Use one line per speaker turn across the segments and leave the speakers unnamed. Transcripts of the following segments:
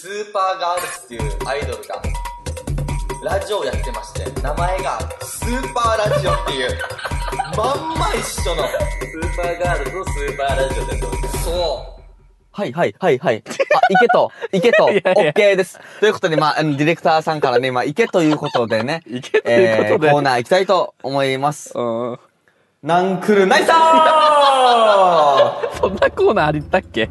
スーパーガールズっていうアイドルが、ラジオをやってまして、名前がスーパーラジオっていう、まんま一緒の、
スーパーガールズのスーパーラジオでどうです
そう。
はいはいはいはい。あ、行けと、行けと、オ
いやいや
ッケーです。ということで、まあ、あの、ディレクターさんからね、まあ、行けということで ね、
いけという
え
こ
ー、
とで。
コーナー行きたいと思います。
うん。
なんくるないさー
そんなコーナーありったっけ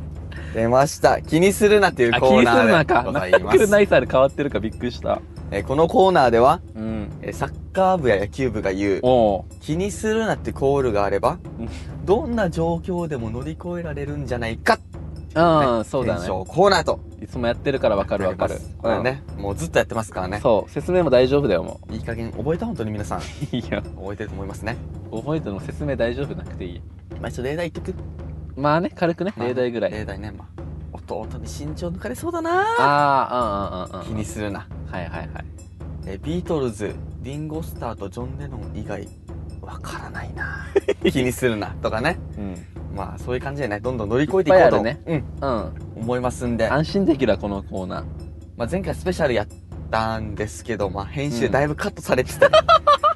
出ました。気にするなっていう
あ、気
コー
にする
ナ
な
ーで
か。
ご
ナ
ざい
ッ
ま
クル
す。
ナイサーで変わってるかびっくりした。
えーこのコーナーでは、
うん。
えーサッカー部や野球部が言う、
おう。
気にするなってコールがあれば
うん、
どんな状況でも乗り越えられるんじゃないか、
うん、そうだ
検
ね
証。コーナーと。
いつもやってるからわかるわかる。
これね、もうずっとやってますから
うん。
ね。
そう、説明も大丈夫だよ、も
いい加減覚えた本当に皆さん。
う。いや、
覚えてると思いますね。
覚えても説明大丈夫なくていい。
まあ一応例題言っとく。
まあね、軽くね、例題ぐらい。
例題ね、まあ。弟に身長抜かれそうだな
ああ、うんうんうんうん。
気にするな。
はいはいはい。
え、ビートルズ、リンゴスターとジョン・レノン以外、わからない な気にするな。とかね。
うん。
まあそういう感じでね、どんどん乗り越えていこう
いっ
と。
ぱいある
うん、
うん。
思いますんで。
安心できるわ、このコーナー。
まあ前回スペシャルやったんですけど、まあ編集だいぶカットされて た。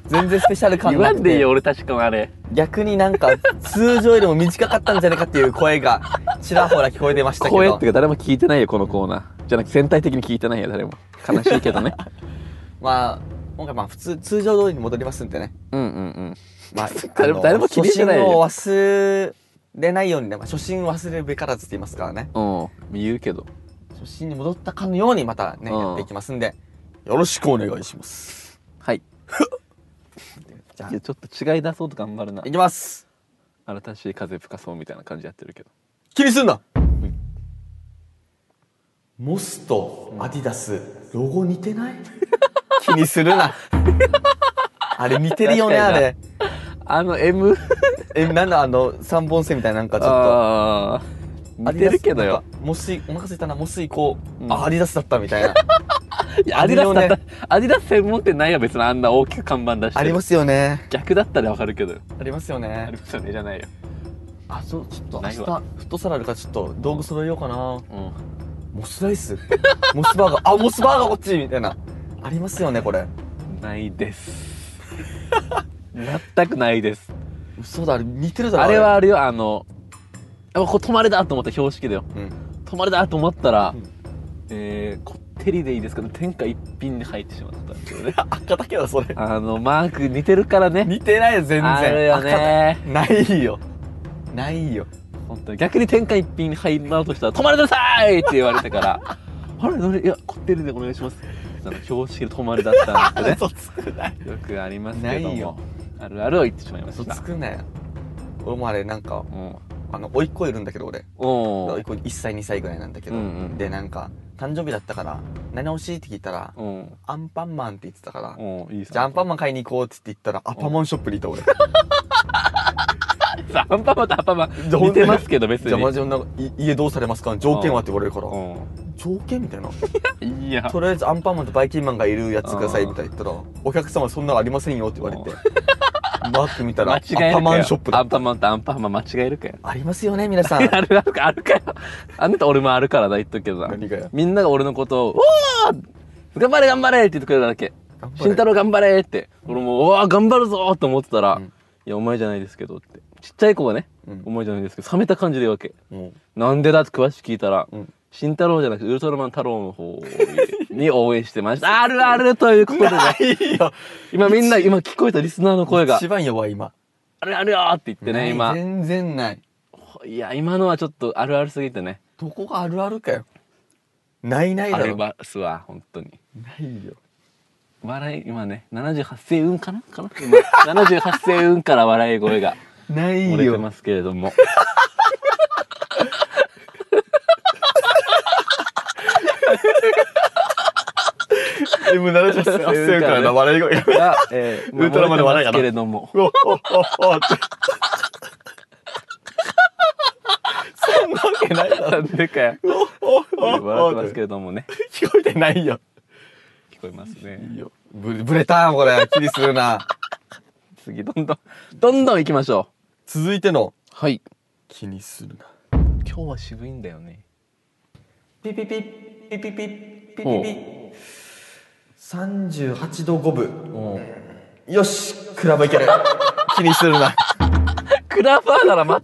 全然スペシャル感
言
な
わ
くて
んでいいよ、俺確かもあれ。
逆になんか通常よりも短かったんじゃないかっていう声がちらほら聞こえてましたけど
声ってか誰も聞いてないよ、このコーナー。じゃなくて全体的に聞いてないよ、誰も。悲しいけど ね。
まあ、今回まあ普通、通常通りに戻りますんでね。
うんうんうん。、
まあ
誰も誰も気にしてないよ
初心を忘れないようにね、まあ初心を忘れるべからずって言いますからね。
うん、言うけど。
初心に戻ったかのようにまたね、
うん
やっていきますんで、よろしくお願いします。
はい。
じゃ
いや、
あ、。
ちょっと違い出そうと頑張るない
きます
新しい風吹かそうみたいな感じやってるけど。
気にすんな、
い
モスとアディダス、ロゴ似てない 気にするな。 あれ似てるよね、
確かに
あ
な
れ。
あの M?
え、なんだあの、三本線みたいななんかちょっと。
ああ。似てるけどよ。。
モスイ、お腹すいたな、モスイこう、
うん
あ、アディダスだったみたいな。
いやアディダスだっ
あ
た、アディダス専門店ないよ、別にあんな大きく看板出してる。
ありますよね。
逆だったらわかるけどよ。
ありますよ
あ
ね
り。ますよね、じゃないよ。
あ、そう、ちょっと明
ない
日、フ
わ
ットサルあるからちょっと道具揃えようかな。
うん。
モスライス モスバーガー。あ、モスバーガーこっちみたいな。ありますよね、これ。
ない です。全くないです。
嘘だ、あれ似てるだろ。
あれはあるよ、あの、あ、これ止まれだと思った標識だよ。
うん。
止まれだと思ったら、
うん
えー、こってりでいいですかね、天下一品に入ってしまったんですよね。
赤だけど、それ。
あの、マーク似てるからね。
似てないよ、全然。
あるよね。
赤だ。ないよ。ないよ。
本当に逆に天下一品入ろうとしたら、止まれなさいって言われ てから、あれ、何いや、こってりでお願いします。あの標識で止まれだった んです
嘘つくなよ。
よね。よくありますけど
ないよ
も。あるあるを言ってしまいま
嘘
した
つ。くなよ。俺もあれ、なんか、
うん。
あの、甥っ子いるんだけど、俺。
おー。
1歳2歳ぐらいなんだけど、
うんうん
でなんか誕生日だったから何欲しいって聞いたら、
うん。
アンパンマンって言ってたから、
おーいい
じゃあアンパ
ン
ンマン買いに行こうって言ったら、アンパンマンショップにいた俺
マン。アンパンマンとアンパンマン似てますけど、別に。
じゃあマジ女がい家どうされますか条件はって言われるから、
う
条件みたいな
ん。いや。
とりあえずアンパンマンとバイキンマンがいるやつくださいみたいな言ったらお客様そんなのありませんよって言われてバッて見たら
間
アン
違えるかよ。
パンマンショップだ
アンパンマンとアンパンマン間違えるかよ。
ありますよね皆さん
あるあるか、あるかよ。あんた俺もあるからだ、言っとくけどな。
何がよ
みんなが俺のことを、おー頑張れ頑張れって言ってくれただけ。
頑張
慎
れ
太郎頑張れって。俺も、おー頑張るぞーって思ってたら、
うん
いや、お前じゃないですけどって。ちっちゃい子がね、
うん
お前じゃないですけど、冷めた感じで言うわけ。
もう
なんでだって詳しく聞いたら、
うん
慎太郎じゃなくてウルトラマン太郎の方に応援してました。あるあるという ことでね、
いいよ
今みんな、今聞こえたリスナーの声が
一、番弱い今
あるあるよーって言って
な
ね、
い
今。
全然ない
いや、今のはちょっとあるあるすぎてね。
どこがあるあるかよ。ないない
あ
だ
り
ろ。な
ますわ、本当に。
いよ。
笑い、今ね、78声運かなかな今 ?78 声運から笑い声が
な
漏
い
れて
よ。
ますけれども。
M78
78世からの
笑い声。
が、え ー、
ウルトラマンで笑いがな
漏れてますけれども。
おおおおって。そんなわけないだ
な
ろ。
んでかよ。
お
笑って
おお
ますけれどもね。
聞こえてないよ。
聞こえますね。
ぶぶれたこれ。気にするな。
次、どんどん、どんどん行きましょう。
続いての。
はい。
気にするな。
今日は渋いんだよね。
ピピピ。ピピピッピピピ
ほう
ッ38度5分
もう
よしクラブいける気にするな
クラバーならま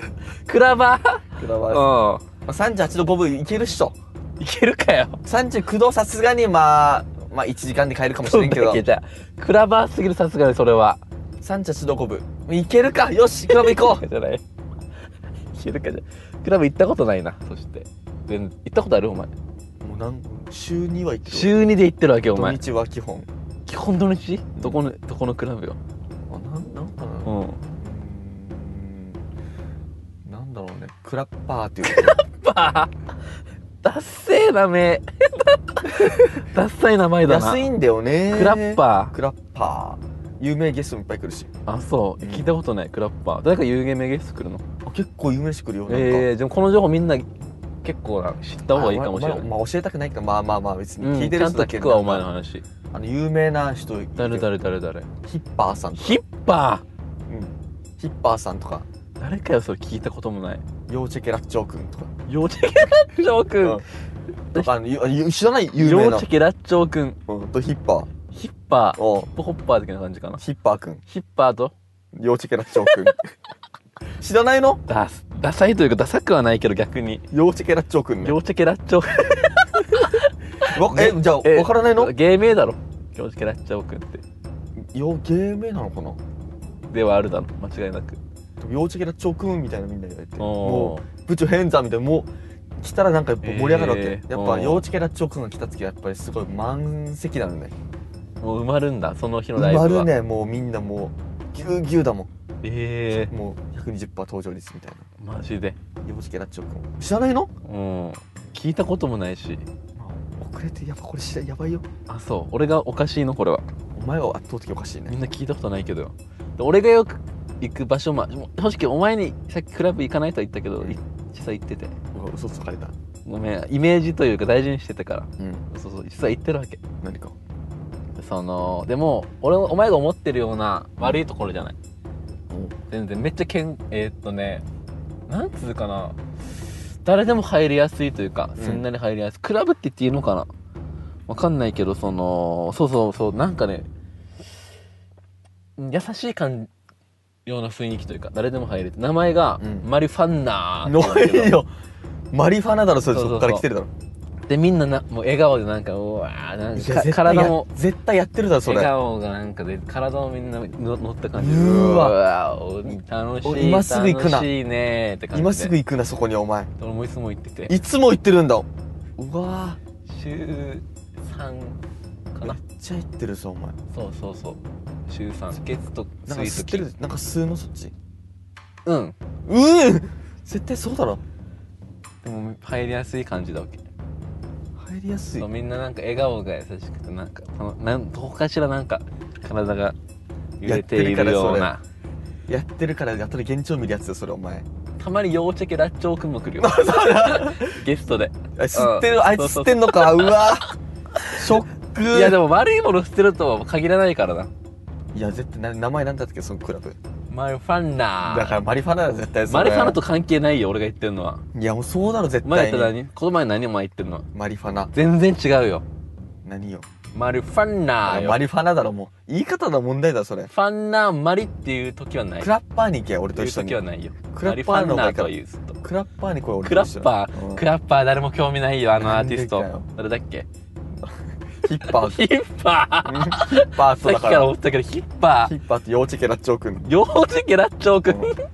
クラバ
クラブは
ーう
まあ38度5分いけるっしょ
んいけるかよ
39度さすがにまあまあ1時間で帰るかもしれんけど
いけたクラバーすぎるさすがにそれは
38度5分いけるかよしクラブ行こう
じゃない いけるかじゃクラブ行ったことないなそしてで行ったことあるお前
もうなん週2は行ってる
週2で行ってるわけお
土
前
日は基本
基本土日どこのどこのクラブよ
あなんなんかなう
うん
ーんなんだろうねクラッパーっていう
バーダッセーな目 ダッサい名前だな
安いんだよね
クラッパー
クラッパー有名ゲストもいっぱい来るし
あそう
うん
聞いたことないクラッパー誰か有名ゲスト来るの
あ結構有名人来るよなんか、
えー、でもこの情報みんな結構な知った方がいいかもしれない、
あまあまあ教えたくないけどまあまあまあ別に
うん
聞いてる人だけ
ちゃんと聞くわお前の話
あの有名な人いるよ
誰誰誰誰
ヒッパーさんとか、
ヒッパ
うん、ヒッパーさんとか
ー誰かよそれ聞いたこともない
ヨーチェケラッチョー君とか
幼稚園ラッチョーくん
とかあのゆあゆ知らない有
幼
名な
稚園ラッチョーくん
うんとヒッパー
ヒッパー
おう
ヒップホッパー的な感じかな
ヒッパー君
ヒッパーと
ヨーチェケラッチョー 君知らないの
ダスダサいというかダサくはないけど逆に
ヨーチェケラッチョー君ね
幼稚園ラッチョーくん
わえじゃあ
え
わからないの
芸名だろ幼稚園ラッチョーくんって
よ芸名なのかな
ではあるだろ間違いなく
でも幼稚園からチョー君みたいなみんな言われて
お
も
ー
う部長変座みたいなもう来たらなんかやっぱ盛り上がるわけ、
えー
やっ
お
ぱ
ー
幼稚園からチョー君が来た時はやっぱりすごい満席なのね
もう埋まるんだその日のライブは
埋まるねもうみんなもうぎゅうぎゅうだもん
ええ
もう120%登場率みたい
ー、マジで
な幼稚園からチョー君知らないの、
うん聞いたこともないし
遅れてやばこれ知らやばいよ
あそう俺がおかしいのこれは
お前は圧倒的おかしい
み
ね
んな聞いたことないけどで俺がよく行く場所ももう正直お前にさっきクラブ行かないとは言ったけど
うん
い実際行ってて
うわ嘘つかれた
ごめんイメージというか大事にしてたから
うん
そうそう実は行ってるわけ
何か
そのでも俺お前が思ってるような悪いところじゃない全然めっちゃけんえーっとねなんつうかな誰でも入りやすいというか
うん
すんなり入りやすい、クラブって言っていいのかなわかんないけどそのそうそうそうなんかね優しい感じような雰囲気というか誰でも入れて名前が、
うん
マリファンナーっ て
お
言うんだ
い
けど
よマリファナだろそれ
そうそ
そっ
うそう
から来てるだろ
でみんななもう笑顔でなんかうわーなん
いや絶対
かか
や
体も
絶対やってるだろそ
笑
れ
顔がなんかで体もみんなの乗った感じで
うわ
うわお楽し
お
い
今すぐ行くな
楽しいねーって感じで
今すぐ行くなそこにお前
俺もいつも行ってて
いつも行ってるんだうわ
週3
ー
か
め
な
っちゃ行ってるぞお前
そうそうそう週3月と
なんか吸
水
って
と
るなんか吸うのそっち
うん
うん絶対そうだろ
でも入りやすい感じだわけ
入りやすい
そうみんななんか笑顔が優しくてなんかそのなんどこかしらなんか体が揺れているよう
や
な
やってるからやったら現地を見るやつだよそれお前
たまに幼稚園ラッチョーくんも 来るよゲストで
あ吸ってるあいつ吸
そうそう
ってんの かうわーショック
いやでも悪いもの捨てるとは限らないからない
や絶対な名前なんだったっけそのクラブ
マリファンナ
だからマリファナだよ絶対そ
マ
れ
リファナと関係ないよ俺が言ってるのはい
やもうそうだろ絶
お前
対
言った
に
何この前何お前言ってるの
マリファナ
全然違うよ
何よ
マリファンナーよ
マリファナだろもう言い方の問題だそれ
ファンナーマリっていう時はない。
クラッパーに行け俺
と
と
い
一
う
緒に
時はないよ。
クラッパー
マリフ
の
ァン
方がいい
ナー
から
とは言うずっと。
クラッパーにこれ俺
クラッパ
うん
ー、クラッパー誰も興味ないよ、あのアーティスト
なんでかよ。
誰だっけ
ヒッパー
ヒッパ
う
ー
んヒッパー
さ
と
っ
だか
きから
ら
思ってたけど、ヒッパ
ヒ
ー、
ッパーって幼稚園ラッチョー君
幼稚園ラッチョーくん
う。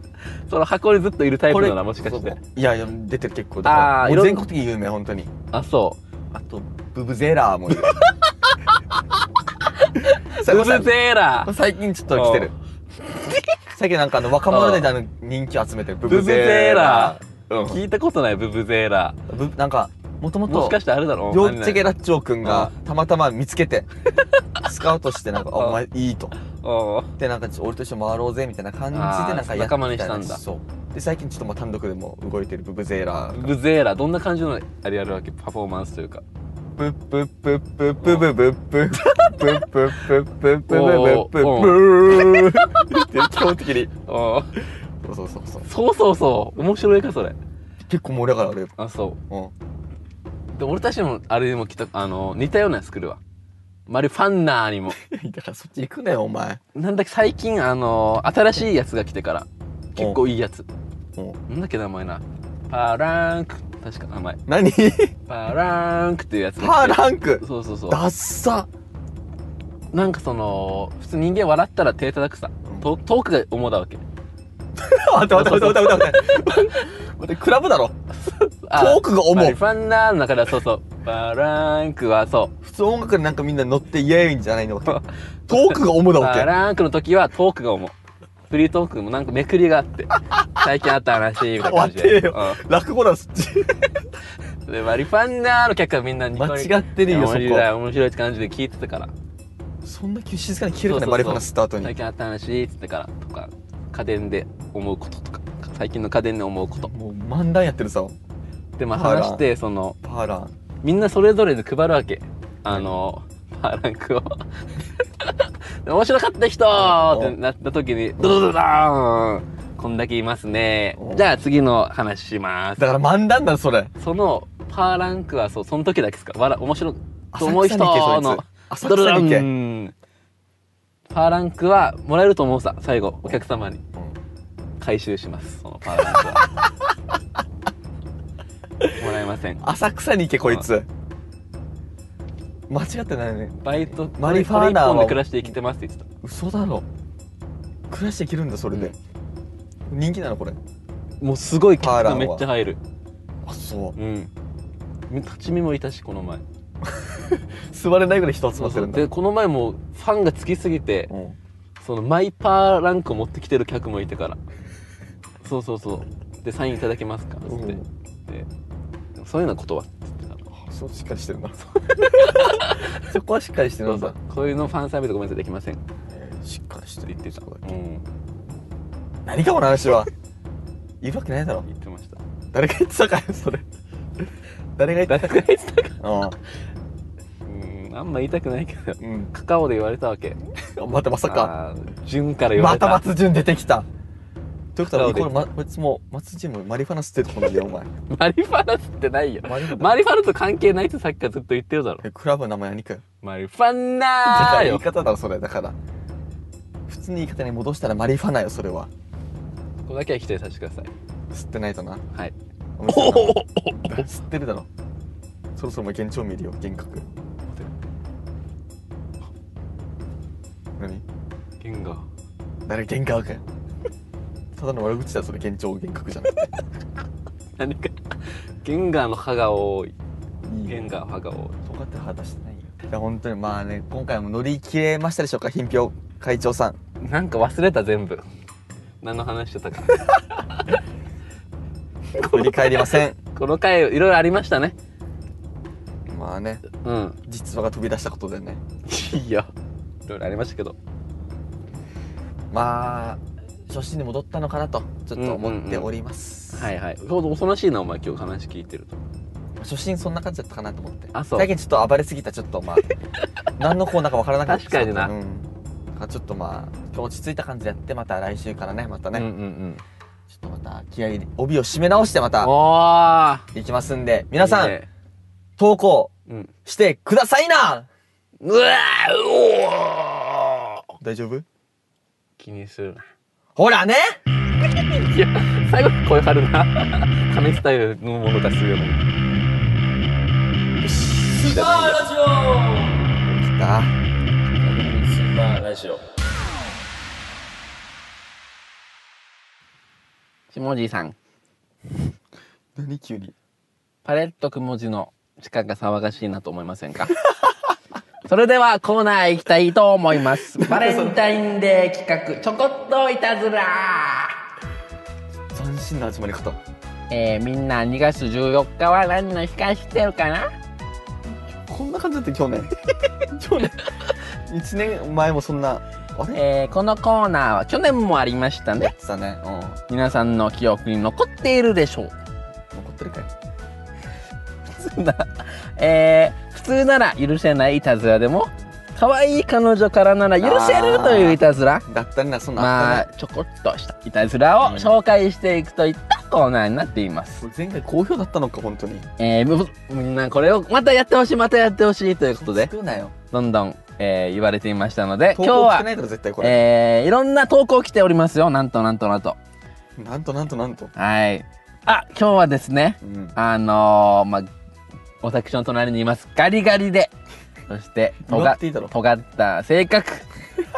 その箱にずっといるタイプなのもしかして。
いやいや出てる結構だから
あ
も
ー
う
いろん
全国的に有名本当に
あ、そ
あとブブゼラー もいる
う。ウルゼーラ
これ最近ちょっと来て る最近なんかあの若者であの人気集めてるブブゼラ
ー。
ー
聞いたことない、ブブゼーラ
うんブなんかもとも
ー。も
と
しかしてあれだろ
幼稚園ラッチョー君が
う
たまたま見つけ てスカウトしてなんか「あ
うん
お前いい」と。
おう
でなんかちょっと俺と一緒に回ろうぜみたいな感じで
あー
なんかやって
仲間にしたんだ
そうで最近ちょっとまあ単独でも動いてるブブゼーラー
ブブゼーラー、どんな感じのあれやるわけパフォーマンスというか。
ブッブッブッブッブブブッブッブッブッブッブッブッブッブッブッブッって基本的に
おう
そうそうそうそう
そうそうそう。面白いか、それ。
結構盛り上がるあれ
あ、そう。
うん
で俺たちもあれにも来たあの似たようなやつ来るわマリファンナーに も
だからそっち行くなよ、お前。
なんだっけ最近あの新しいやつが来てから結構いいやつ
も
なんだっけ名前なパランク確か名前
う。何
パランクっていうやつが来て
パーランク。
そうそうそう
ダッサ。
なんかその普通人間笑ったら手叩くさ
うん
トトークが主だわけ
待って待って待って待って待って。待って、クラブだろ。ト
あ
ークが重
マリ
い。
ファンナーの中ではそうそうパランクはそう
普通音楽になんかみんな乗ってイエーイじゃないの。トークが重だわ
パ
け。
ランクの時はトークが重いフリートークもなんかめくりがあって 最近あった話みたいな感じで
終わ落語だ、そっち。
うんでマリファンナーの客はみんなニコニコ
間違ってるよ、
面
そ
白い
こ。
面白いって感じで聞いてたから
そんな急静かに消える
そ
か
うそうそ
ね、
う
マリファナ吸った後
最
に。
近あった話っつってからとか家電で思うこととか最近の家電で思うこと
もう漫談やってるさ、
でまあ
あら
話してその
パーラン。
みんなそれぞれで配るわけあのパーランクを で面白かった人
うん
ってなった時にドドドドーンこんだけいますね
うん
じゃあ次の話します
だから漫談だ、それ。
そのパーランクはそうその時だけですかわら面白いと
浅
思う
草
人
に行け、そい
の
つ。浅草に行
ドドド
け。
ーンパーランクはもらえると思うさ最後お客様に回収しますそのパーランクは もらえません
浅草に行け、こいつ。間違ってないよね。
バイト
マリファーナーは
これ一本で暮らして生きてますって言って
嘘だろ暮らしていけるんだそれで、人気なのこれ
たもうすごい
パーラ
客が
ンは
めっちゃ入る
あそう
うん立ち見もいたしこの前
座れないぐらい人集
そ
ま
う
って
そ
る
うん
だ
でこの前もファンがつきすぎて
うん
そのマイパーランクを持ってきてる客もいてからそうそうそうでサインいただけますかっつって、
うん
ででもそういうのは断って言ってた
あそうしっかりしてるな そこはしっかりして
そ
る
うんそ
だ
うこういうのファンサービスごめんなさいできませんって
しっかりして
言ってた
そこだ
う
け
ん
何かこの話はいるわけないだろ
言ってました
誰が言ってたかよそれ誰が言ってたか
言ってたかうんあんま言いたくないけど
うん、
カカオで言われたわけ
うん、またまさか
あー順から言わ
ま
れた
た松潤出てきたということは
そうで
これ、ま、こいつも松潤もマリファナ吸ってるとこなんだよお前
マリファナスってないよ
マリファナ
マリファナと関係ないってさっきからずっと言ってるだろ
えクラブの名前何かよ
マリファ
だか
ナ
ら
ー
言い
よ
方だろそれだから普通に言い方に戻したらマリファナよそれは
ここだけは否定させてください
吸ってないとな
はい
お
お
店だな
おお
吸ってるだろそろそろもう幻聴見るよ幻覚何
ゲンガー
誰幻覚かよただの悪口だよそれ幻聴幻覚じゃなくて
何かゲンガーの歯が多い
いい
ゲンガーの歯が多い
尖ってる歯出してないよいや本当にまあね今回も乗り切れましたでしょうか品評会長さん
なんか忘れた全部何の話してたか
振り返りません
この回いろいろありましたね
まあね
うん
実話が飛び出したことでね
いいよいろいろありましたけど
まあ初心に戻ったのかなとちょっと思っております、
はいはいほんと恐ろしいなお前今日話聞いてると
初心そんな感じだったかなと思って
あそう
最近ちょっと暴れすぎたちょっと まあ何の方なんかわからなかった
確かにな
うん、だからちょっとまあ今日落ち着いた感じでやってまた来週からねまたね、
うんう
ちょ
んうん
っとまた気合い帯を締め直してまた
おー
いきますんで皆さん
いいね
投稿
うん
してくださいな
うわーおー
大丈夫
気にするな。
ほらね
いや、最後声張るな。 紙スタイルのもの出すような。
スパーラジオ
来た
スパーラジオ
しもじいさん、
何急に
パレットくもじの時間が騒がしいなと思いませんか それではコーナー行きたいと思い ます。バレンタインデー企画、ちょこっといたずら
斬新な集まり方
えー、みんな2月14日は何の日か知ってるかな
こんな感じだった去 年去年1年前もそんなあれや
えー、このコーナーは去年もありましたね。
ってたねうん残
皆さんの記憶に残っているでしょう
ってるかい
普通な、えー普通なら許せないいたずらでも可愛い彼女からなら許せるといういたずら
だったりなそんなあったね
まあちょこっとしたいたずらを紹介していくといったコーナーになっています。
これ前回好評だったのか本当に
えーむみんなこれをまたやってほしい、またやってほしいということで、
作るなよ
どんどん、えー言われていましたので、
投
今
稿して
日は
な、いだろ絶対これ、
えーいろんな投稿来ておりますよ。なんとなんとなんと。
なんとなんとなんと
はい。あ、今日はですね、
うん
あのー、まあ、私の隣にいます。ガリガリで、そして、と
もら
が
っていいだろ
尖った 性格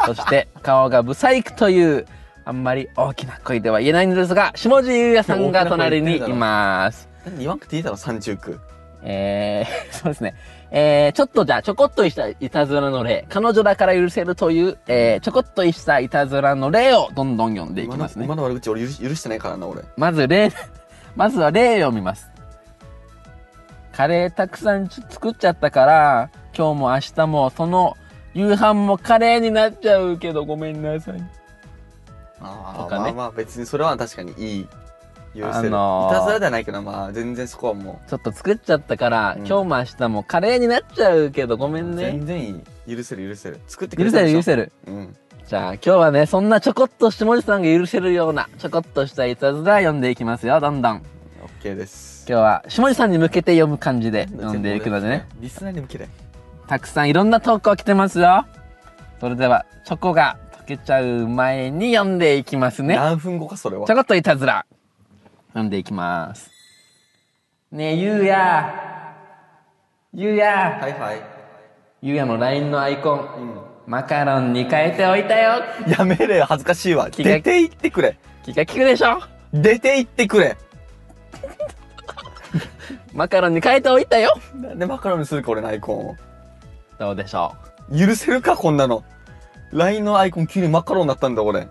そして顔がブサイクというあんまり大きな声では言えないんですが下地優也さんが隣にいます
何言わなくていいだろ30区
えー、 そうですねえー、ちょっとじゃあちょこっとしたいたずらの例彼女だから許せるという、えー、ちょこっとしたいたずらの例をどんどん読んでいき
今
ま
の
すね
今の悪口俺許し許してないからな俺
まず例 まずは例を見ますカレーたくさんち作っちゃったから今日も明日もその夕飯もカレーになっちゃうけどごめんなさい
あ
と
あ、
かね
まあまあ別にそれは確かにいい許せる、
あのー
いたずらではないけどまあ全然そこはも
ちょっと作っちゃったから、
うん
今日も明日もカレーになっちゃうけどごめ
うん
ね
全然いい許せる許せる作ってく
許
れた
せ
でし
る
ょ
許せる
うん
じゃあ今日はねそんなちょこっと下地さんが許せるようなちょこっとしたいたずら読んでいきますよどんどん今
OK です
日は下地さんに向けて読む感じで読んでいくのでね
リスナーに向けて
たくさんいろんな投稿来てますよそれではチョコが溶けちゃう前に読んでいきますね
何分後かそれは
ちょこっといたずら読んでいきますねえゆうやゆうや
はいはい
ゆうやの LINE のアイコン、マカロンに変えておいたよ
やめれよ恥ずかしいわ
気が
出て行ってくれ
気が利くでしょ
出て行ってくれ
マカロンに変えておいたよ
なんでマカロンにするか俺のアイコンを
どうでしょ
許せるかこんなの LINE のアイコン急にマカロンになったんだ俺
う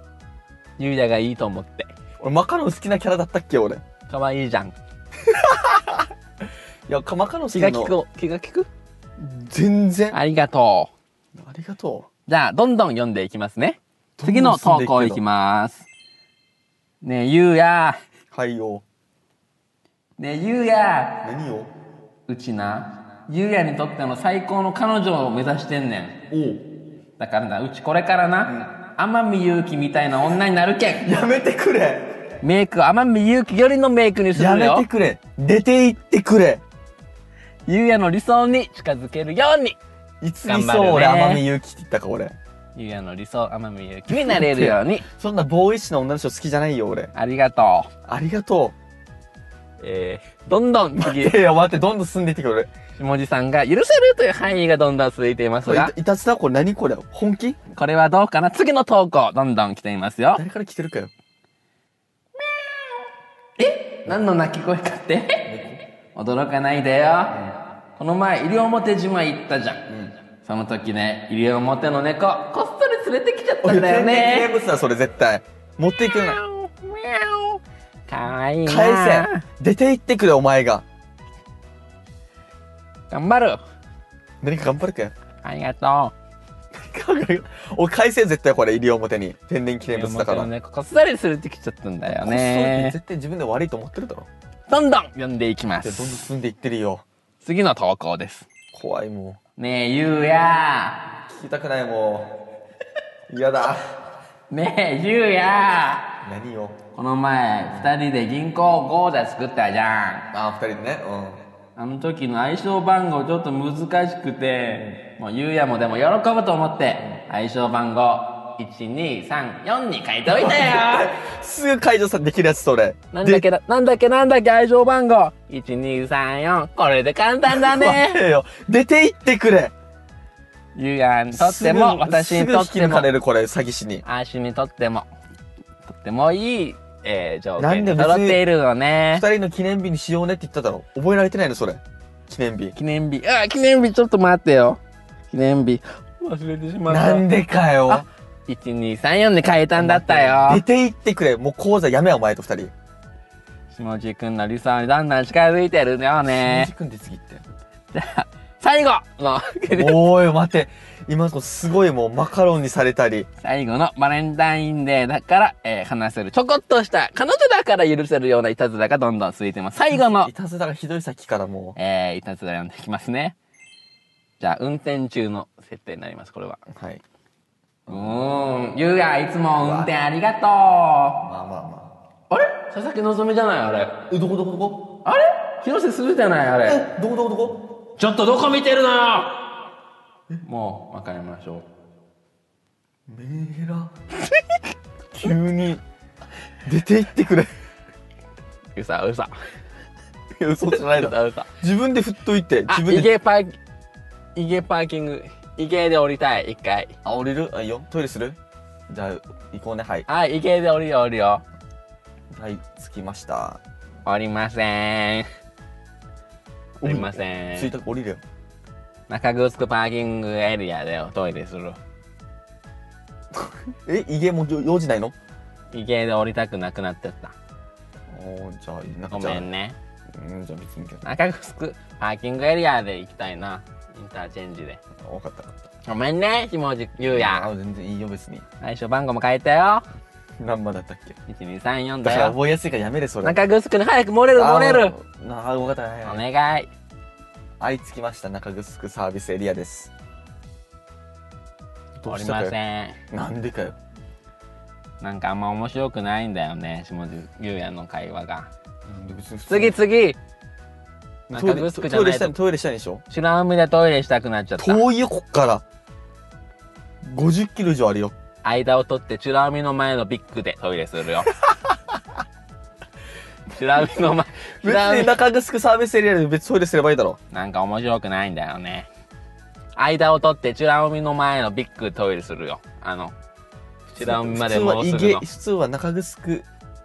ゆうやがいいと思って
俺マカロン好きなキャラだったっけ俺い
可愛いじゃん
やかマカロン好き
気
な
が利
の
く気が利く
全然あ
ありがとう
りがと
じゃあどんどん読んでいきますね
どん
次
どん
の
進んでいくけ
投
ど
稿いきますねえゆうや
うはいよ
ねえゆうや
何よ
うちなゆうやにとっての最高の彼女を目指してんねん
おう
だからなうちこれからな、天海祐希みたいな女になるけん
やめてくれ
メイクは天海祐希よりのメイクにす
や
る
め
よ
てくれ出て行ってくれ
ゆうやの理想に近づけるように
いつ
頑
に
張
そう
るね
俺天海祐希って言ったか俺
ゆうやの理想天海祐希になれるように
そんなボーイッシュな女の人好きじゃないよ俺
ありがとう
ありがと
えー、どんどん
うい
次
やいや待ってどんどん進んでいってくれ
下地さんが許せるという範囲がどんどん続いています
俺
が
いたいたずらこれ何これ本気
これはどうかな次の投稿どんどん来ていますよ
誰から来てるかよ
何の鳴き声かって 驚かないでよ、この前西表島行ったじゃん、その時ね西表の猫こっそり連れてきちゃったんだよ
天然
ね
物だそれ絶対持っていくな
かわいいな
返せ出て行ってくれお前が
頑張る
何か頑張るかよ
ありがと
お返せ絶対これ西表に天然記
う
念
西
物だか
表
ら
の猫こっそり連れてきちゃったんだよ
こっそり
ね
絶対自分で悪いと思ってるだろ
どんどん読んでいきま
でどんどん
す
進んでいってるよ
次の投稿です
怖いも
ねえゆうや
う聞きたくないもう嫌だ
ねえゆうや
何よ
この前、二人で銀行口座作ったじゃん。
あ二人でね
あの時の相性番号ちょっと難しくて、もうゆうやもでも喜ぶと思って、相性番号1234に書いておいたよ
うん すぐ解除さできるやつそれ
なんだっけな、なんだっけなんだっけ相性番号 ?1234。これで簡単だ
で待
ね。
てよ出て行ってくれ
ゆうやにとっても、私にとっ
すぐ
て
引き抜か
も、
れるこれ詐欺師に
あしにとっても、とってもいい、えー、条件
な
に
んで別に
揃っているのね
二。人の記念日にしようねって言っただろ覚えられてないのそれ記念日
記念日。あ、記念日ちょっと待ってよ。記念日。忘れてしま
なんでかよ
あ1234で変えたんだった
出
よ。
て行ってくれもう講座やめよお前と二人
下地くんの理想にだんだん近づいてるよね。
君出過ぎって
じゃあ、最後の、
おーい待て今こうすごいもうマカロンにされたり
最後のバレンタインデーだから、えー話せるちょこっとした、彼女だから許せるようないたずらがどんどん続いてます。最後の
い、たずらがひどい先からも
えーいたずら読んでいきますね。じゃあ、運転中の設定になります、これは。
うはいう
ーん、ゆうや、いつも運転ありがとう。
まあまあま
あれ佐々木希じゃないあれ。
え、どこどこどこ
あれ広瀬すずじゃないあれ。
え、どこどこどこ
ちょっとどこ見てるのよもう、わかりましょう。
メーラ。
急に出て行ってくれ
うさ、うさ。
いや嘘じゃないうだろ
さ、うさ。
自分で振っといて
あ
自、分で
池パー、池パーキング。池で降りたい、一回。
あ降りるあいいよトイレするじゃあ行こうねはい
はい、池で降りよう、降りよう。
はい着きました
降りません。降りませ
着い
ん。
た降りるよ
中城パーキングエリアでおトイレする。
え家もう用事ないの
池で降りたくなくなってった。
おーじゃあいいな
ごめんね。
じゃあうんじゃあ別に行けた
中城パーキングエリアで行きたいな。インターチェンジで。
分かった
ごめんね、ひもじゆうや。
あ全然いいよ別に
最初番号も変えたよ。
何番だったっけ
1234
だ
だ
から
よ。
覚えやすいからやめれそれ
中城に早く漏れる漏れる。
あーなあ分かったはい
お
はい
願い。
はい着きました中城サービスエリアですど
降
う
り
したか
ま
よ
せん。
なんでかよ
なんかあんま面白くないんだよね、下地ゆうやの会話が。
なんで別に普通に
次次
トイ
中
レ
城じゃ
トイレ
ない
したい
と。
トイレしたいでしょ
白海でトイレしたくなっちゃった。
遠いよこっから50キロ以上あるよ
間を取ってチュラミの前のビッグでトイレするよ。 チュラミの前、チュ
別
ラ
に
ミ
中城サービスエリアで別にトイレすればいいだろ
なんか面白くないんだよね。間を取ってチュラミの前のビッグでトイレするよ。あの、チュラミまで戻す
普通
の
は。普通は中城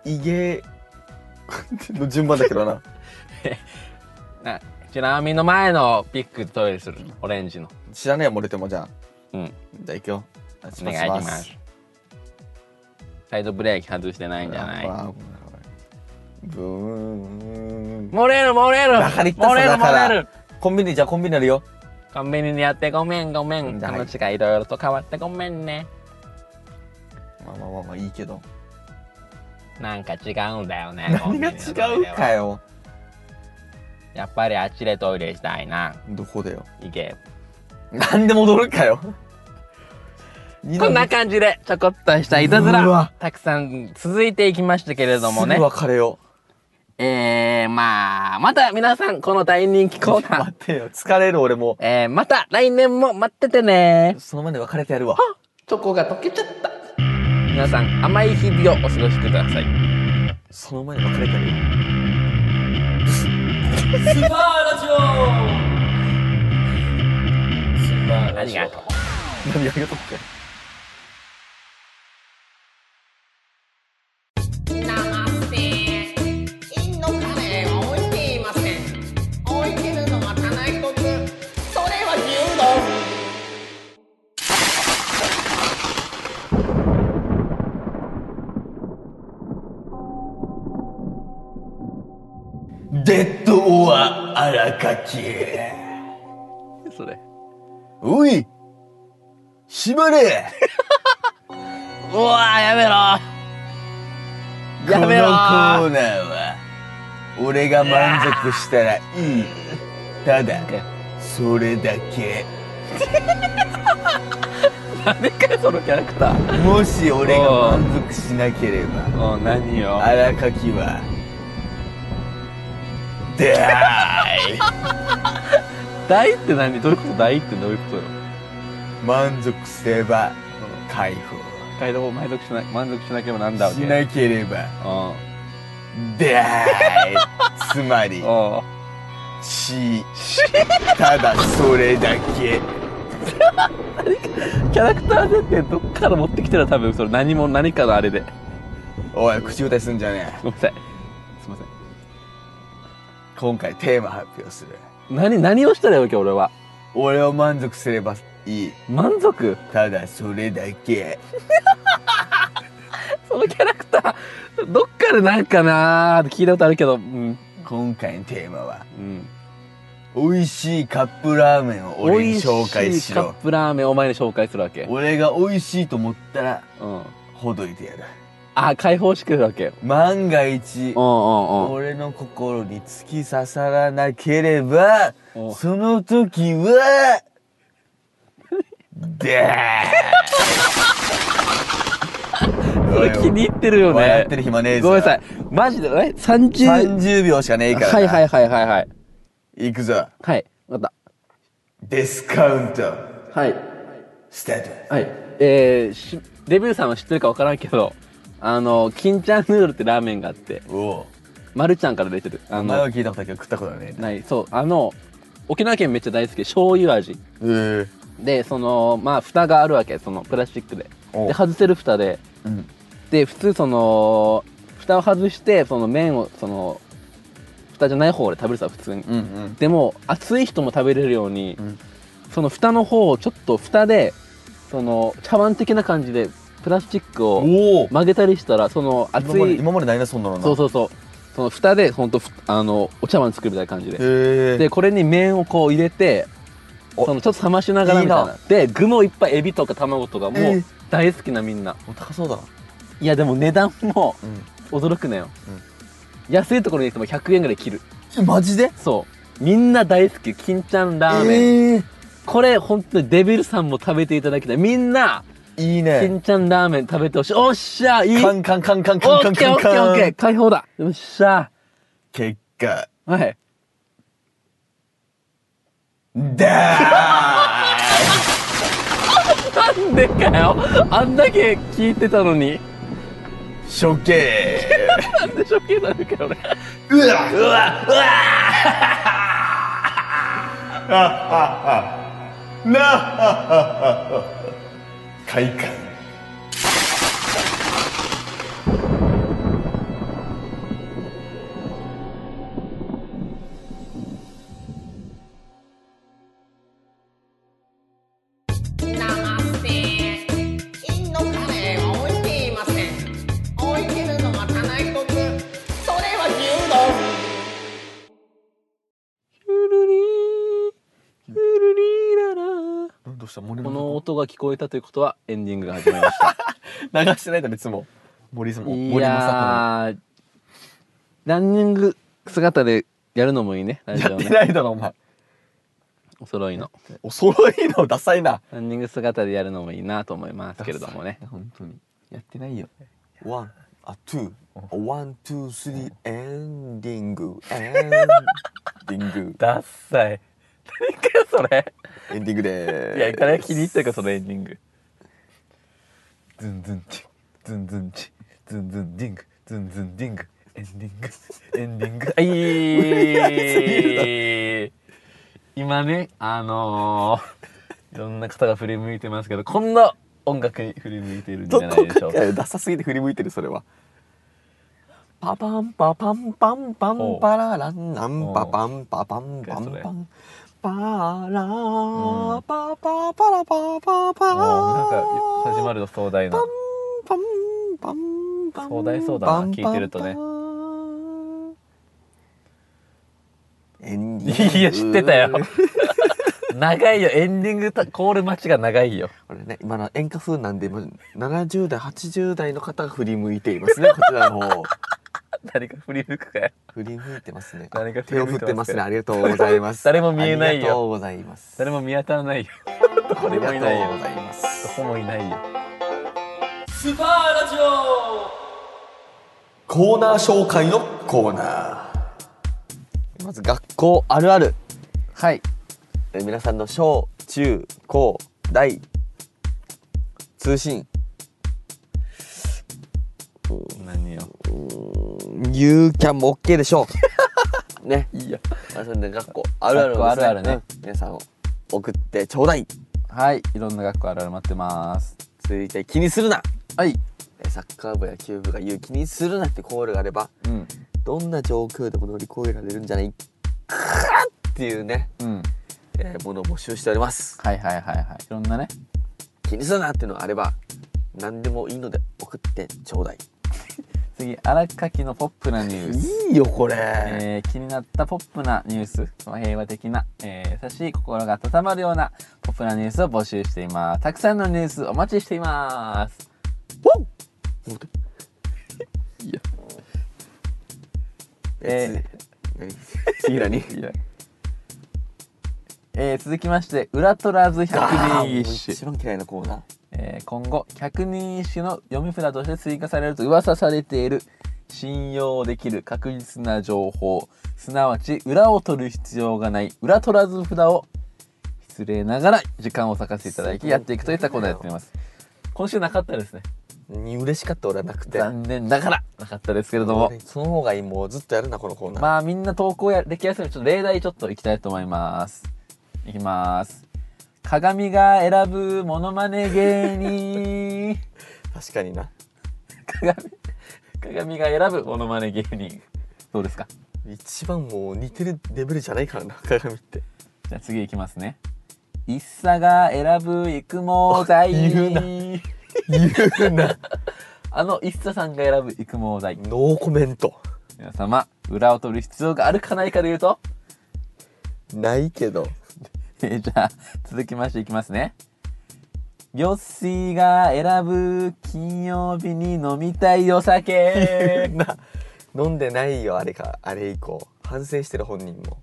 イゲの順番だけど な
なチュラミの前のビッグでトイレする。オレンジの。
知らねえよ漏れてもじゃあ
うん。
じゃあ行くよ
お願いします。サイドブレーキ外してないんじゃない
あブーン
漏れる漏れる
だから言った
漏れる
だから
漏れる
コンビニじゃあコンビニあるよ
コンビニでやってごめんごめん。
じゃあ
こ
はい
のちがいろいろと変わってごめんね。
まあまあまあまあいいけど
なんか違うんだよね。コン
何
ビ
が
ニ
違う
のトイレは
かよ
やっぱりあっちでトイレしたいな。
どこだよ
行け。
なんで戻るか よ
こんな感じでちょこっとしたいたず
う
ら
わ。
たくさん続いていきましたけれどもね
すぐ。別れよ
えー、まあ、また皆さんこの大人気コーナ
待
ー。
ってよ疲れる俺も
えー、また来年も待っててね。
そのままで別れてやるわ
チョコが溶けちゃった。皆さん甘い日々をお過ごしください。
その前に別れてやるよ
スパーラジオスパーラジ
ありがとう
オ。
何ありがとうって
金のカレーは置いていません置いてるのは棚一つそれは牛丼
デッドオア荒垣
それ。
おい縛れ
うわー、やめろやめろ
このコーナーは俺が満足したらいいただそれだけ
なんでかよそのキャラクター。
もし俺が満足しなければ
お何よ
荒垣はだーい
大って何どういうこと大ってどういうことよ。
満足すれば解
態度を満足しない、満足しなければなんだ
放
わけ。
し
い。
なければ
う
だ
ん。
ーいつまり
お
しただそれだけ
キャラクター設定どっから持ってきてる多分それ何も何かのあれで。
おい口答えすんじゃねえ
ごめんなさい。すいません。
今回テーマ発表する
何、何をしたらよ、今日俺は。
俺を満足すればいい
満足
ただそれだけ
そのキャラクター、どっかでなんかなーって聞いたことあるけど、うん。
今回のテーマは
うん。
美味しいカップラーメンを俺に紹介し
美味いカッ
ろ
プラーメンをお前に紹介するわけ。
俺が美味しいと思ったら
うん。
ほどいてやる
あ、解放してくれるわけ。
万が一
うんうんうん。
俺の心に突き刺さらなければ
お
その時 はでー
これ気に入ってるよ
お前や
ね
っ。てる暇ねえぞ。
ごめんなさい。。マジで、え ?30。
30秒しかねえからな。
はいはいはいはいはい。
いくぞ。
はい。また。
ディスカウント、
はい。
スタート。
はい。えー、し、デビューさんは知ってるかわからんけど、あの、金ちゃんヌードルってラーメンがあって、
おお。
まるちゃんから出てる。あ
前は
の、
聞いたことだけど食ったことはねえな。
ない、そう、あの、沖縄県めっちゃ大好き、醤油味。
えー
で、その、まあ、蓋があるわけ、その、プラスチックで。
お
で、外せる蓋で、
うん。
で、普通その、蓋を外して、その麺を、その、蓋じゃない方で食べるさ、普通に。
うんうん。
でも暑い人も食べれるように、
うん
その蓋の方をちょっと蓋でその茶碗的な感じでプラスチックを
おお。
曲げたりしたらその熱
今まで
い
今までないなそんなのな。
そうそうそうその蓋で本当ふあのお茶碗作るみたいな感じで
へえ。
でこれに麺をこう入れて
お
そのちょっと冷ましながらみたいない
い
で具もいっぱいエビとか卵とかも
え
う
え
大好きなみんな、
お高そうだな。
いやでも値段も
うん。
驚くなよ、安いところに行っても100円ぐらい切る
えマジで？
そうみんな大好き金ちゃんラーメン、
ええ。
これ本当にデビルさんも食べていただきたいみんない
い
し
ね。
んちゃんラーメン食べてほしいおっしゃいい
カ
オッ
ンカンカンカン
ケ
カンカ
ーオッ
ン
ケー
カン
オッケーオ
カ
ッケー
ン。
解放だよっしゃ
結果
はい
だ
なんでかよあんだけ聞いてたのに
ー。処刑。
なんでショッキングなのかよ俺
うわうわうわ。なあ。快感。
生せインドカレーは置いていません置いてるのはただ一つそれは牛丼
ヒュルリーヒュルリーララ
どうした森
こ
の
の音が聞こえたということはエンディングが始まりまし た
流してないだろいつも森さんも
い
森のさ
やーランニング姿でやるのもいいねラジ
や
オ
って
ね
ないだろお前
お揃いの
お揃いのダサいな
ランニング姿でやるのもいいなと思いますけれどもね
本当にやってないよ
ワン、あ、ツー、ワン、ツー、スリー、エンディ ング、エンディング、
ダッサい。何かよ、それ。
エンディングでーす。
いや、誰が気に入ってるか、そのエンディング。
ズンズンチズンズンチズンズンディングズンズンディングエンディングエンディング
あいい今ね、あのー、いろんな方が振り向いてますけど、こんな音楽に振り向いているんじゃ
ど
ない
こ
でしょうか。
かダサすぎて振り向いてるそれはパパンパパンパンパンパラランナンパパンパパンパンパンパラーパパパラパパパ
もう、なんか、始ま
る
ると壮大な。
パンパンパン
壮大そうだな聞いてるとね
エンディング
いや、知ってたよ。長いよ、エンディングとコール待ちが長いよ。
これね今の演歌風なんでま70代80代の方が振り向いていますねこちらの 方
誰か振り向くかよ。
振り向いてますね
誰か振
手
り
を
向
振
い
ってて
ま
ますす
ね
ね。ありがとうございます
誰も見えな
あ
いよ
りがとうございます
誰も見当たらないよ。どこ
あ
に
り
も
が
い
と
ないうよ
ご。ざいます
どこもいないよ。
コーナー紹介のコーナーまず学校あるある
はい。
えー皆さんの小中高大通信
何よ。
U キャンも OK でしょう ね
いいよ。
まあそれで学校あるあるをです
学校あるあるね
うん皆さんを送ってちょうだい
はい、いろんな学校あるある待ってます。
続いて気にするな
はい。
えーサッカー部や球部が言う気にするなってコールがあれば
うん。
どんな状況でも乗り越えられるんじゃないかっていうね、
うん。
えーものを募集しております
はいはいはいはい。いろんなね。
気にするなっていうのがあれば何でもいいので送ってちょうだい
次、荒垣のポップなニ ュース。
いいよこれ、
えー気になったポップなニュース、平和的な、えー優しい心が温まるようなポップなニュースを募集しています。たくさんのニュースお待ちしています。
おっ待って
いや
えー、次 何次何
えー続きまして、ウラトラズ
あー
100
もう
人一
一
首。
番嫌いなコーナー
えー今後百人一首の読み札として追加されると噂されている信用できる確実な情報すなわち裏を取る必要がない裏取らず札を失礼ながら時間を割かせていただきやっていくといったコーナーやっています今週なかったですね
に嬉しかった俺はなくて
残念ながらなかったですけれども
俺その方がいいもうずっとやるなこのコーナー、
まあみんな投稿や歴やするちょっと例題ちょっといきたいと思いますいきます鏡が選ぶモノマネ芸人
確かにな
鏡鏡が選ぶモノマネ芸人どうですか
一番もう似てるレベルじゃないからな鏡って
じゃあ次いきますね一茶が選ぶ育毛剤
言うな言うな
あの一茶さんが選ぶ育毛剤
ノーコメント
皆様裏を取る必要があるかないかで言うと
ないけど
えーじゃあ、続きましていきますね。ヨッシーが選ぶ金曜日に飲みたい お酒。
な飲んでないよあれかあれ以降反省してる本人も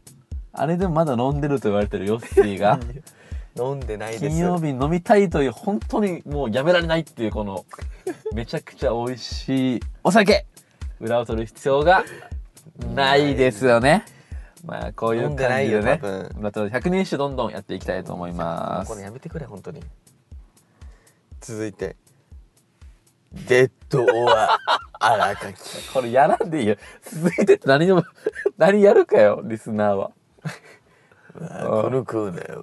あれでもまだ飲んでると言われてるヨッシー が、
飲んでないです
金曜日に飲みたいという、本当にもうやめられないっていう、この、めちゃくちゃ美味しいお酒裏を取る必要がないですよね。まあ、こういう
飲んでな
感
い
じ
よ
でね
多分、
裏取る100人一首どんどんやっていきたいと思います
こ。れやめてくれ本当に続いてデッドオア荒垣
これやらんでいいよ。続いてって何でも、 何やるかよ、リスナーは。
このコーナー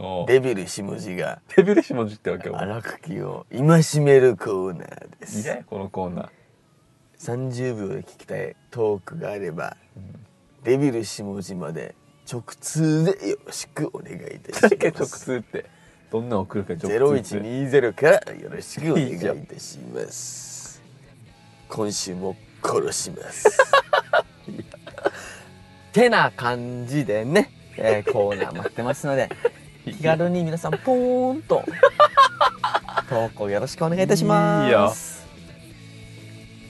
は
デ
デビル下地が
デビルシ文字ってわけよ。
荒垣を戒めるコーナーで
い
す
やこのコーナー。
30秒で聞きたいトークがあれば、デビル下地まで直通でよろしくお願いいたし
だけ
ま
直
す
通って。どんな送るか直
ゼ
通
ロ
って
一二ゼロからよろしくお願いいたします。今週も殺し ます。てな感じでね、えーコーナー待ってますので、気軽に皆さんポーンと 投稿よろしくお願いいたします。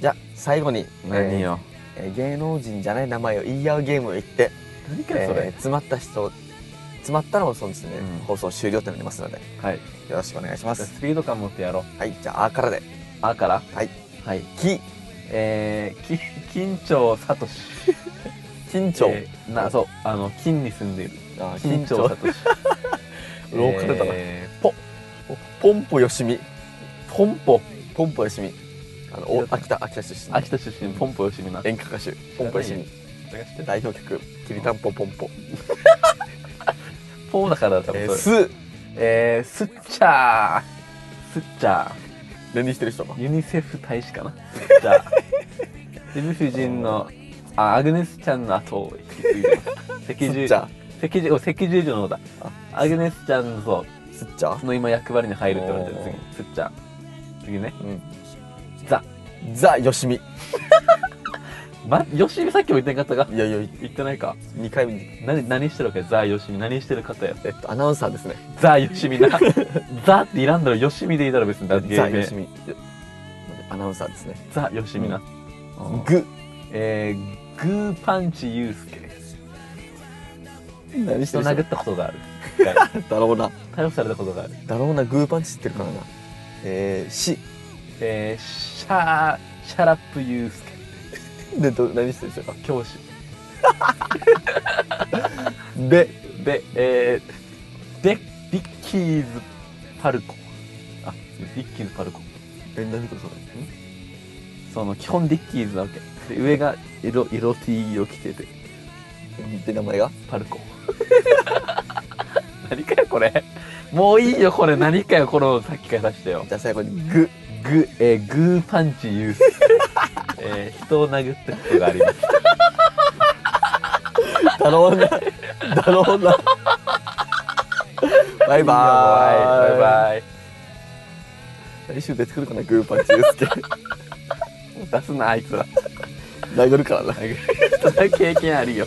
じゃあ最後に、えー
何よ。
えー芸能人じゃない名前を言い合うゲームを言って、
何か
え
そ
ー
れ。
詰まった人詰まったらもうそうですね、
うん
放送終了となりますので。
はい。
よろしくお願いしま
じゃあ
す。
スピード感持ってやろう。
はい、じゃあ、あからで。
あから。
はい。
はい。
き、
えー、き、緊張さとし。
緊張。
えーな、そう。あの、金に住んでいる。
あ
緊張さと し。
ローカルだな
えー
ポンポよしみ。
ポンポ。
ポンポよしみ。あの、お秋田、秋田出身。
秋田出身、ポンポよしみな。
演歌歌手、ポンポよしみ。代表曲、きりたんぽポンポ。
ポーだから多
え
分
ー、
それ。
す、
えー、スッチャー。スッチャー。
何してる人か。
ユニセフ大使かな。じゃあ、 デヴィ夫人の、あ、アグネスちゃんの後を引き継いでます。赤十
スッチャ
赤十、お赤十字の方だ。アグネスちゃんの、そう、
すっちゃ
その今役割に入るって言われて
お
る
ー
次、スッチャー。次ね、
うん。
ザ。
ザ、よしみ。い
ま、よしみさっきも言ってなかったか
やいや、
言ってないか。
2回目。
何、何してるわけザ・よしみ。何してる方や。
えっと、アナウンサーですね。
ザ・よし みな。ザっていらんだろ、よしみでいいだろ、別に。だって
ザ、
芸名
よしみ。アナウンサーですね。
ザ・よしみな。うん
ぐ、
えー、グーパンチユースケです。
何して
人
る人
殴ったことがある。一回
だろうな。
逮捕されたことがある。
だろうな、グーパンチ知ってるからな。えー、し、
えー、シャー、シャラップユースケ。
で、ど、何してる人か。
教師。
で、
で、えー、で、ビッキーズ・パルコ。あ、ビッキーズ・パルコ。
え、何とそれ。
その、基本ディッキーズなわけ。で、上が色、色 T を着てて、
で、名前が
パルコ。 何かよ、これ。もういいよ、これ。何かよ、この、さっきから出してよ。
じゃあ最後にグ
グ、えー、グーパンチユース ケ。えー、人を殴ったことがあります。
だろうなだろう なバイバーイ
バイバイ。
来週出てくるかなグーパンチですけど
出すな、あいつら。
殴るからな
それは経験あるよ。